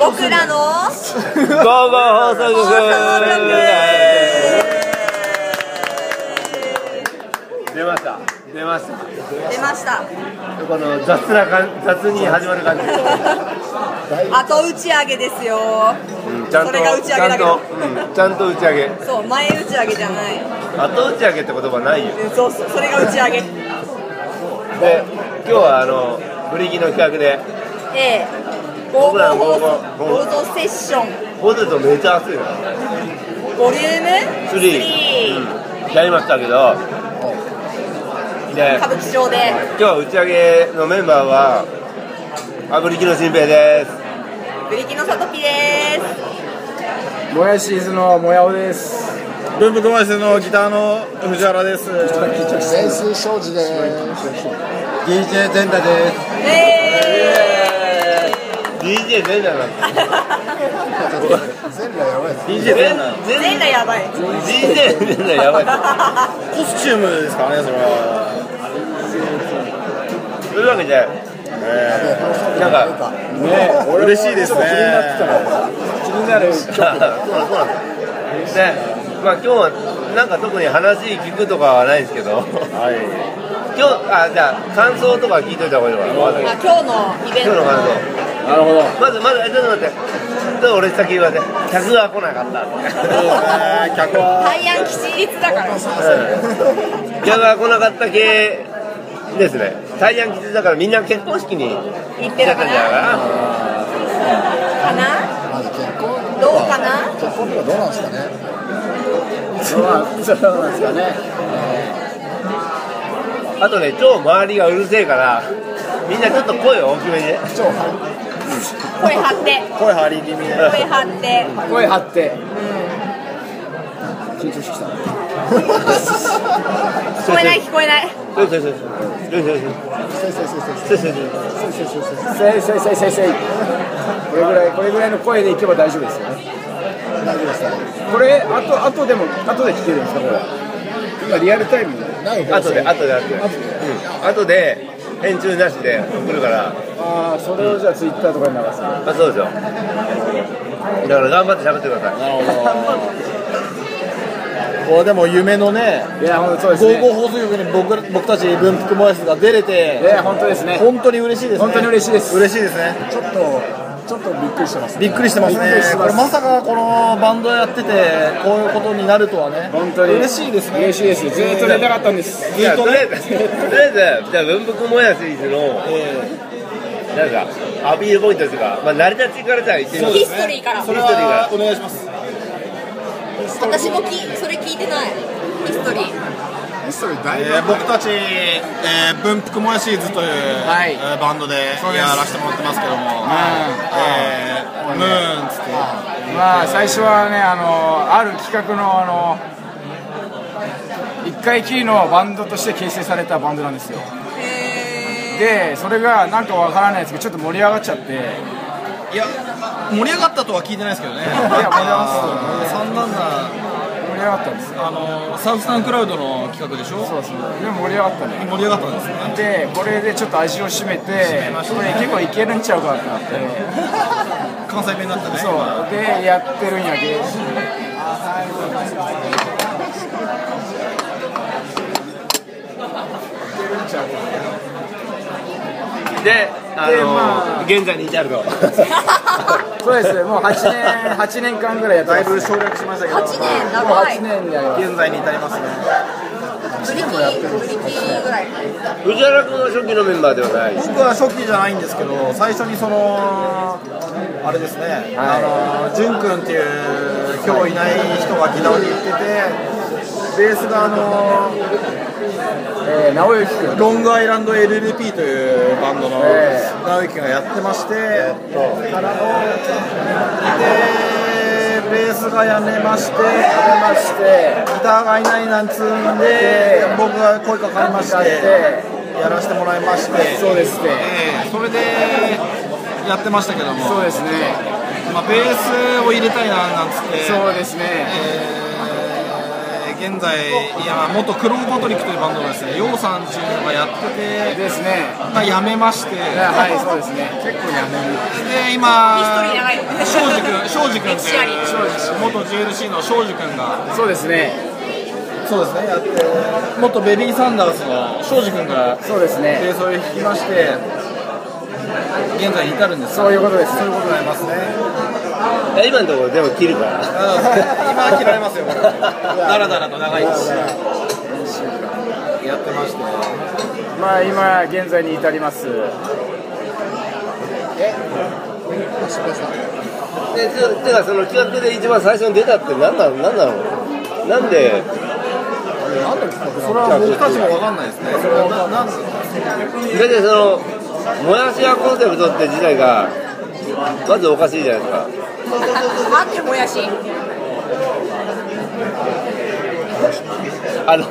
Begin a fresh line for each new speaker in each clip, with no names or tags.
僕らの
ゴーゴー放送局
出ました出ました
出ました
この雑な感雑に始まる感じ、
後打ち上げですよ
ちゃ
そ
んと
れが打ち上げだけ
ちゃ
ど
んと、うんちゃんと打ち上げ
そう前打ち上げじゃない
後打ち上げって言葉ないよ
そうそうそれが打ち上げ
で今日はあのブリギの企画で
A 合
僕らの
同
合
放
同
送合同セッション
ポテトめっちゃ熱いよ
ボリューム
スリー、
3
うん、やりましたけどで
歌舞伎町で
今日は打ち上げのメンバーはあブリキの新平です
ブリキのさとぴです
もやしーズのもやおです。
ブンブン友達のギターの藤原です
潜水庄司です。
DJ 全太です。
え
DJ 全裸なんだ
全部やばいです。
DJ 全裸
ー全然やばい
DJ 全裸やばい
コスチュームですからねそれは
そういうわけで、なんか
嬉しいですね
気になる。
そうなんですでまあ今日はなんか特に話聞くとかはないんですけど
はい
今日あじゃあ感想とか聞いといた方がいいのか
あ
な
今日のイベン
今
ト
日の感想
なるほど。
まずまずえちょっと待ってちょっと俺先言わせ客が来なかった
客
大
は
安吉日だから
客が来なかった系ですね大安吉日だからみんな結婚式に
行っ
来
て
た
るか
か
らな
な
かな
まず結婚。
どうかな
結婚とかどうなんですかね。
そうなんですかね。
あとね超周りがうるせえからみんなちょっと声を大きめにね
超は
声張って
声張り気味で
声張って
声張って。緊張してきた。
聞こえない聞こえない
そうそうそうそうそうそう
せいせい
そうそうそう
せいせ
せいせいせい
いせいせいせいせい
せいせい。これぐらいこれぐらいの声でいけば大丈夫ですよね。
大丈夫ですか。
これあとあとでもあとで聞けるんですかこれ。今リアルタイム。
ない
あとで
あ
あとであとであとで編集なしで送るから
ああそれをじゃあツイッターとかに流す。
あそうですよだから頑張って喋ってください
なるほどこれでも夢のね
いや本当そうです
高校
ね。
放送局に僕ら僕たち文福モヤスが出れ
い
て
や本当ですね。
本当に嬉しいですね
本当に嬉しいです
嬉しいですね
ちょっとちょっとびっくりしてます。
びっくりしてますね
びっくりしてま
こ
す
れまさかこのバンドやっててこういうことになるとはね
本当に
嬉しいですね
嬉しいです。ずーっと出たかったんです。
いやとりあえずとりあえずじゃあ文福もやしーズの
え
なんかアピールポイントというか、まあ、成り立ちからじゃあ行ってみま
ヒ
す
ストリーから
ーそれはお願いします
私もきそれ聞いてないヒストリー
ミストリー大
えー僕たち、えー、文福もやシーズという、
はい
えーバンドでやらせてもらってますけども、えームーンっつって、
まあ最初はねあのある企画のあの1回きりのバンドとして形成されたバンドなんですよでそれがなんかわからないですけどちょっと盛り上がっちゃって
いや、盛り上がったとは聞いてないですけどね、いや、
盛り上
あー散々な、
盛り上がったんですよ
あのサウスタンクラウドの企画でしょ、
そうそうでも盛り上がったね
盛り上がったんですよね。
でこれでちょっと味を占めてこれ結構いけるんちゃうかってなって
関西弁になったね、
そうでやってるんやけど
であの
でまあ
現在に至ると
そうですねもう8年8年 間ぐらいやってます
省略しましたけ
8年
もう
長い
8年やります
現在に至りますね。
ブリキブリキぐらい
藤原君は初期のメンバーではない
僕は初期じゃないんですけど最初にそのあれですね、あのジュン君っていう今日いない人がギターを弾いててベースがあの
えー直行君
ロングアイランド LLP というバンドの
え
直行がやってましてからのでベースがやめまして
食べまして
ギターがいないなんつうんで僕が声かかりましてやらせてもらいまして
そうですね
ええそれでやってましたけども、
そうですね。
まあ、ベースを入れたいななんつって、
そうですね。
ええ現在いや元クローボトリックというバンドがですねヨウさんっていうのがやってて
ですね
まあ辞めまして
はいそうですね結構やめる
で今
一人じゃないよね
庄司君庄司君って
歴史あり
いう元 GLC の庄司君が
そうですね
そうですねやって元ベビーサンダースの庄司君が
そうですね
ベースを弾きまして現在に至るんです
そういうことです
そういうことになりますね
いや今のところでも切るから
今切られますよこれだらだらと長いですやってまして
まあ今現在に至ります
でつてかその企画で一番最初に出たって何なの何なのなんで
それは僕たちも分かんないですねななん
大体そのもやしやコンセプトって自体がまずおかしいじゃないですか
あってもやし
あの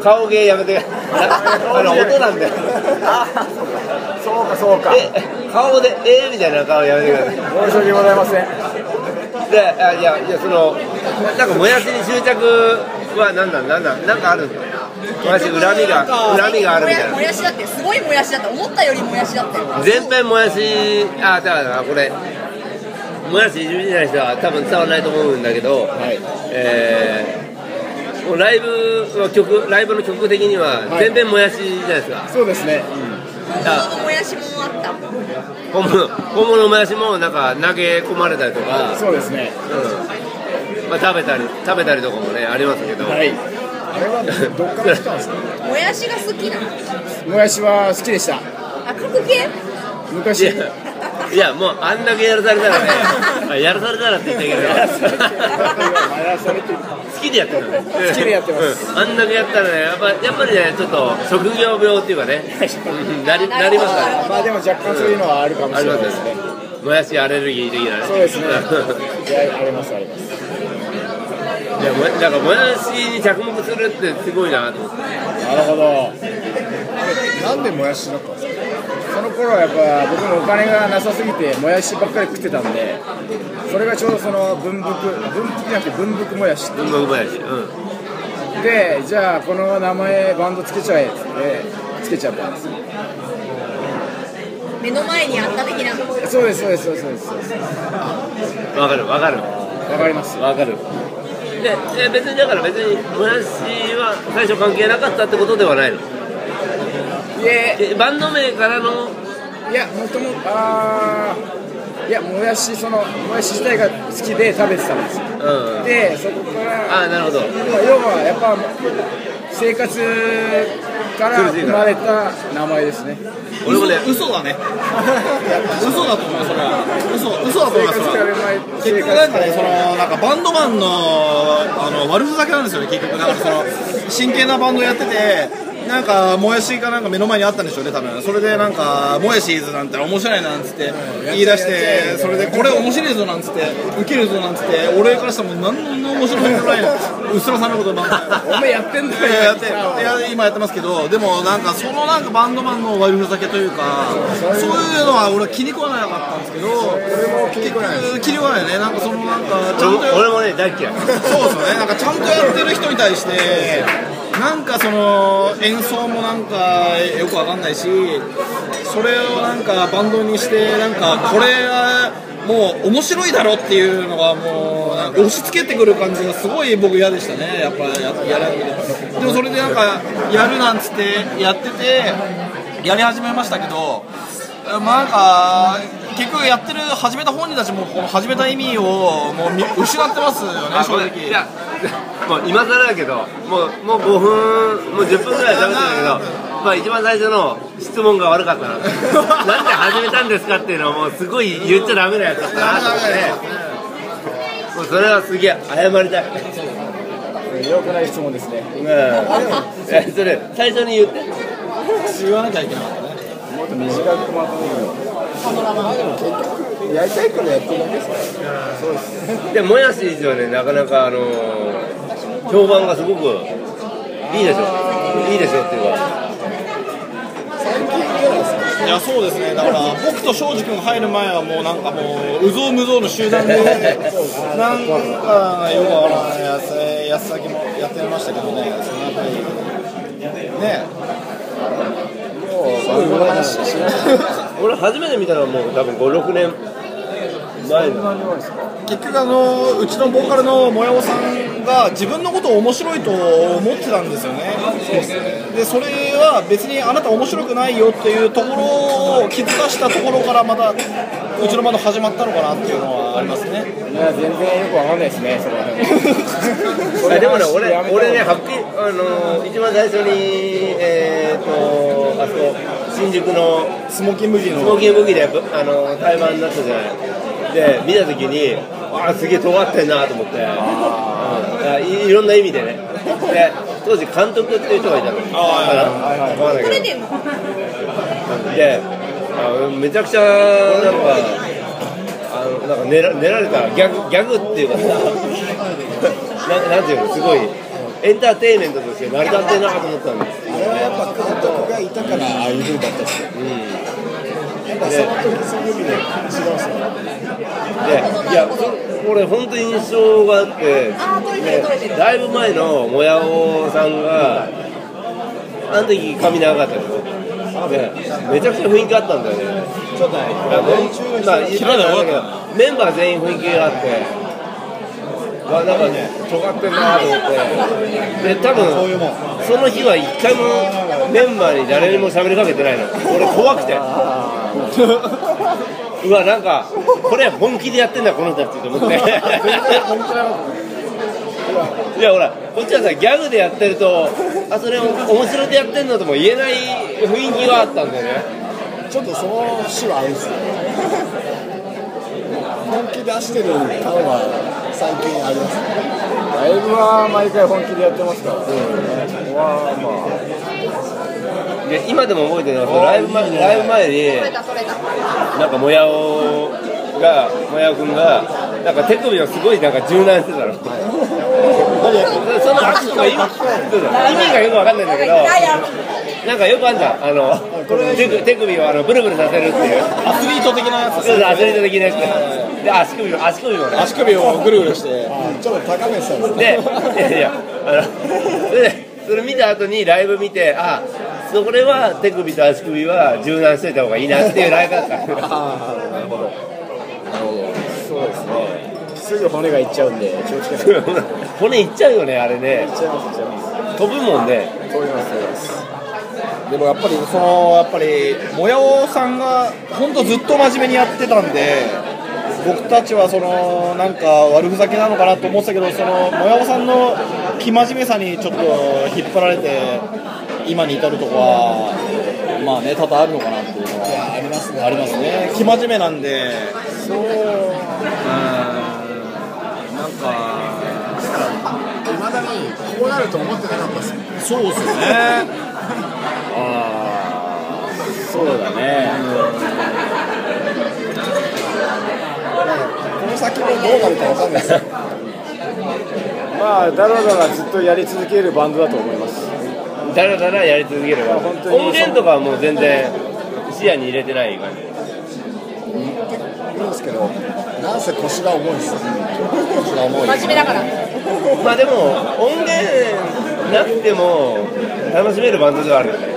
顔芸やめてあの音なんだよ
そうかそうか
え顔でえーみたいな顔やめてください
申し訳ございません
であいやいやそのなんかもやしに執着は何なんなんなんなんかあるんですかもやし恨みが恨みがあるみたいな
もやしだってすごいもやしだって思ったよりもやしだって
全編もやしあだからこれもやし地味ない人は多分伝わらないと思うんだけど、えーもうライブの曲ライブの曲的には全編もやしじゃないですか、
そうですね
本物のもやしもあった
本物本物のもやしもなんか投げ込まれたりとか、
そうですね
うんまあ、食べたり食べたりとかもねありますけど、
はい
あれはどっから来たんですか
もやしが好きなの
もやしは好きでした
あ角系
い
昔
やいやもうあんだけやらされたらねあやらされたらって言ったけど好きでやってたね、
好きでやってます
うんあんだけやったらねやっぱやっぱりねちょっと職業病っていうかね、うんなりなりますからね
まあでも若干そういうのはあるかも
あ
し
り
れ
ますよ
ないですね
ねもやしアレルギー的なね
そうです ねいやありますあります
いやもやなんかもやしに着目するってすごいなと思って
なるほど
なんでもやしだったんですか
その頃はやっぱ僕もお金がなさすぎてもやしばっかり食ってたんでそれがちょうどその文福文福じゃなくて文福もやし
うんもやしうん
でじゃあこの名前バンドつけちゃえっつってつけちゃったんです
目の前にあった的な
そうですそうですそうですそうですそうです
わかるわかる
わかります
わかるでえ別にだから別にもやしは最初関係なかったってことではないの
いえ
えバンド名からの
いやもともあーいやもやしそのもやし自体が好きで食べてたんですよ
うん
でそこから
ああなるほど
要はやっぱ生活から生まれた名前ですね
俺もね
嘘嘘だね 嘘だと思うそれは嘘嘘だと思
生
います
活
そ
か
れは
ら生まれ
結
生
局なん
活
かね、そのなんかバンドマンのあの悪ふざけなんですよね、結局、なんかその真剣なバンドやってて、なんかもやしがなんか目の前にあったんでしょうね、多分それでなんか、もやしーズなんて面白いなんつって言い出して、それでこれ面白いぞなんつって、ウケるぞなんつって、俺からしたらもう、なんの面白いことないの、うっすらさんのことばっかり
お前やってんだ
いやや
よ
っていや今やってますけどでもなんかそのなんかバンドマンの悪ふざけというかそういうのは俺は気に食わなかったんですけど結局気に食わないねなんかそのなんかちゃんとや
俺もね大嫌い
そうですよねなんかちゃんとやってる人に対してなんかその演奏もなんかよくわかんないしそれをなんかバンドにしてなんかこれはもう面白いだろっていうのがもうなんか押し付けてくる感じがすごい僕嫌でしたねやっぱややらないでもそれでなんかやるなんつってやっててやり始めましたけどまあなんか結局やってる始めた本人たちもこの始めた意味をもう見失ってますよね
あ
正
ごめん
直
いやもう今更だけどもうもう5分もう10分ぐらい喋ってたけどまあ一番最初の質問が悪かったななんで始めたんですかっていうのはもうすごい言っちゃダメなやつだったなと思ってもうそれはすげえ謝りたい
よくない質問ですね
うんえそれ最初に言って
言わなきゃいけない
もっと短くまとめるよ
やりたいからやってるだけですか
でもやし以上ねなかなかあのー評判がすごくいいでしょいいでしょっていうか
いやそうですねだから僕と庄司君が入る前はもうなんかもう うぞうむぞうの集団でなんかよくわからない安い安崎もやってましたけどね、そのやっぱり、ね、
俺初めて見たのはもう多分56年前の
結局あの、うちのボーカルのもやおさんが、自分のことを面白いと思ってたんですよね、でそれは別にあなた面白くないよっていうところを気づかしたところから、またうちのバンド始まったのかなっていうのはありますね。
や全然よくわかんないですね、それは。
あでもね、俺俺ね、はっきり、あのー一番最初に、えー、とあそこ、新宿の
スモーキングギー
ス
の
モーキングブギーで、ぶあのー対バンになったじゃない、で、見たときに、ああ、すげえ尖ってんなと思って、うんあい、いろんな意味でね、で当時、監督っていう人がいたの、あかな、わかんない
こ
け
れ
ど
でも
であめちゃくちゃなんかあのなんか練ら練られたギャグギャグっていうかさなんなんていうのすごいエンターテインメントとして成り立ってんなと思ったんです
あれはやっぱ監督がいたからああいう風だったっすよ、うん、やっぱその時その時で違うんです
で
よ
いやこれ本当に印象があって
あー取れてる取れてる
だいぶ前のもやおさんがあの時髪長かったけど、ね、めちゃくちゃ雰囲気あったんだよねちょっとまあ言ってたんだけどメンバー全員雰囲気があってわなんかね尖ってんなと思ってで多分その日は一回もメンバーに誰にも喋りかけてないの俺怖くてうわなんかこれ本気でやってんだこの人たちと思っていやほらこっちはさギャグでやってるとあそれ面白でやってんのとも言えない雰囲気があったんだよね
ちょっとその節はあるんですよ本気出してる感は最近ありますね
ライブは毎回本気でやってますから。わーまあ
で今でも覚えてるのはライブ前ライブ前
取れ
に
た取れた
なんかもやおがもやおくんがなんか手首をすごいなんか柔軟してたの、その握手とか意味意味がよくわかんないんだけ
い
ど
やいや
なんかよくあんじゃんあの手首手首をあのブルブルさせるっていう
アスリート的なやつ
そうそうアスリート的なやつで足首も足首もね
足首をぐるぐるして
ちょっと高めてたんですね
で、いやいや、あの、それで、それ見た後にライブ見て、あ、それは手首と足首は柔軟しといた方がいいなっていうライブだった。
すぐ骨がいっちゃうんで気をつけない
骨いっちゃうよね、あれね。飛ぶもんね。
でもやっぱりそのやっぱりもやおさんが本当ずっと真面目にやってたんで僕たちはそのなんか悪ふざけなのかなと思ってたけどそのもやおさんの生真面目さにちょっと引っ張られて今に至るとこはまあね多々あるのかなっていうのはありますねありますね生真面目なんで
いまだにこうなると思ってなかったですね
そうですよね
この先もどうなるかわかんないですよ
まあ、だらだらずっとやり続けるバンドだと思います。
だらだらやり続ければ。
本当にそう
音源とかはもう全然視野に入れてない感じ。
言うんですけどなんせ腰が重いですよ 腰が重い
真面目だから
まあでも、音源なくても楽しめるバンドではあるよね。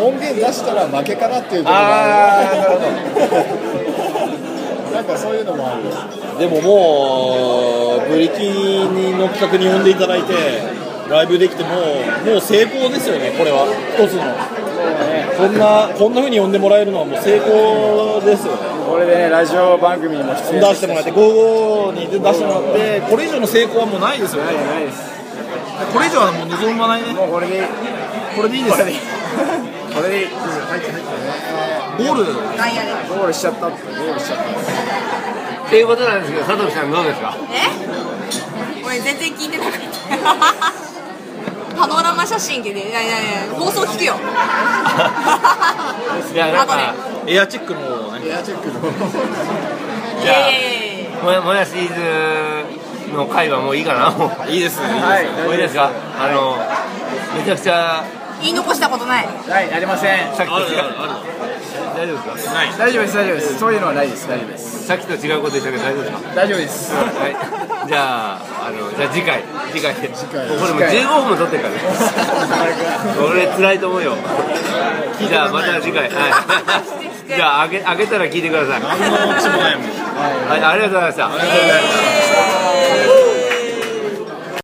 音源出したら負けかなっていう部分が
あー、なるほど。
なんかそういうのもある
でももうブリキの企画に呼んでいただいてライブできてもうもう成功ですよねこれは一つのこんなこんな風に呼んでもらえるのはもう成功ですよね
これでね、ラジオ番組にも出
出
演
してもらって55に出してもらってこれ以上の成功はもうないですよね
ないないです。
これ以上はもう望まないね
もうこれでいい、
これでいいですよ
これでいい。
ゴール
なんやねん
ゴールしちゃったって、ゴールしちゃった。
っていうことなんですけど、佐藤さんどうですか
え俺全然聞いて なかったパノラマ写真で、ね、いやいやいや放送聞くよ
いや、なんか、
エアチェックのね
エアチェックの
い
じゃあ
やいやいやいや
もやもやシリーズの回はもういいかな、もう。
いいですね
はい、
もういいですか、あの、めちゃくちゃ、
言い残したことない
はい、ありません。
さっきと違う。大丈夫ですか
大丈夫です大丈夫ですそういうのはないです大丈夫です
さっきと違うこと言ったけど大丈夫ですか
大丈夫です
はいじゃああのじゃあ次回次回で
回
もうこれもう15分も撮ってるからね俺辛いと思うよじゃあまた次回は いじゃああげあげたら聞いてください
何のオチもないもん
はいありがとうございまし
え
た
ー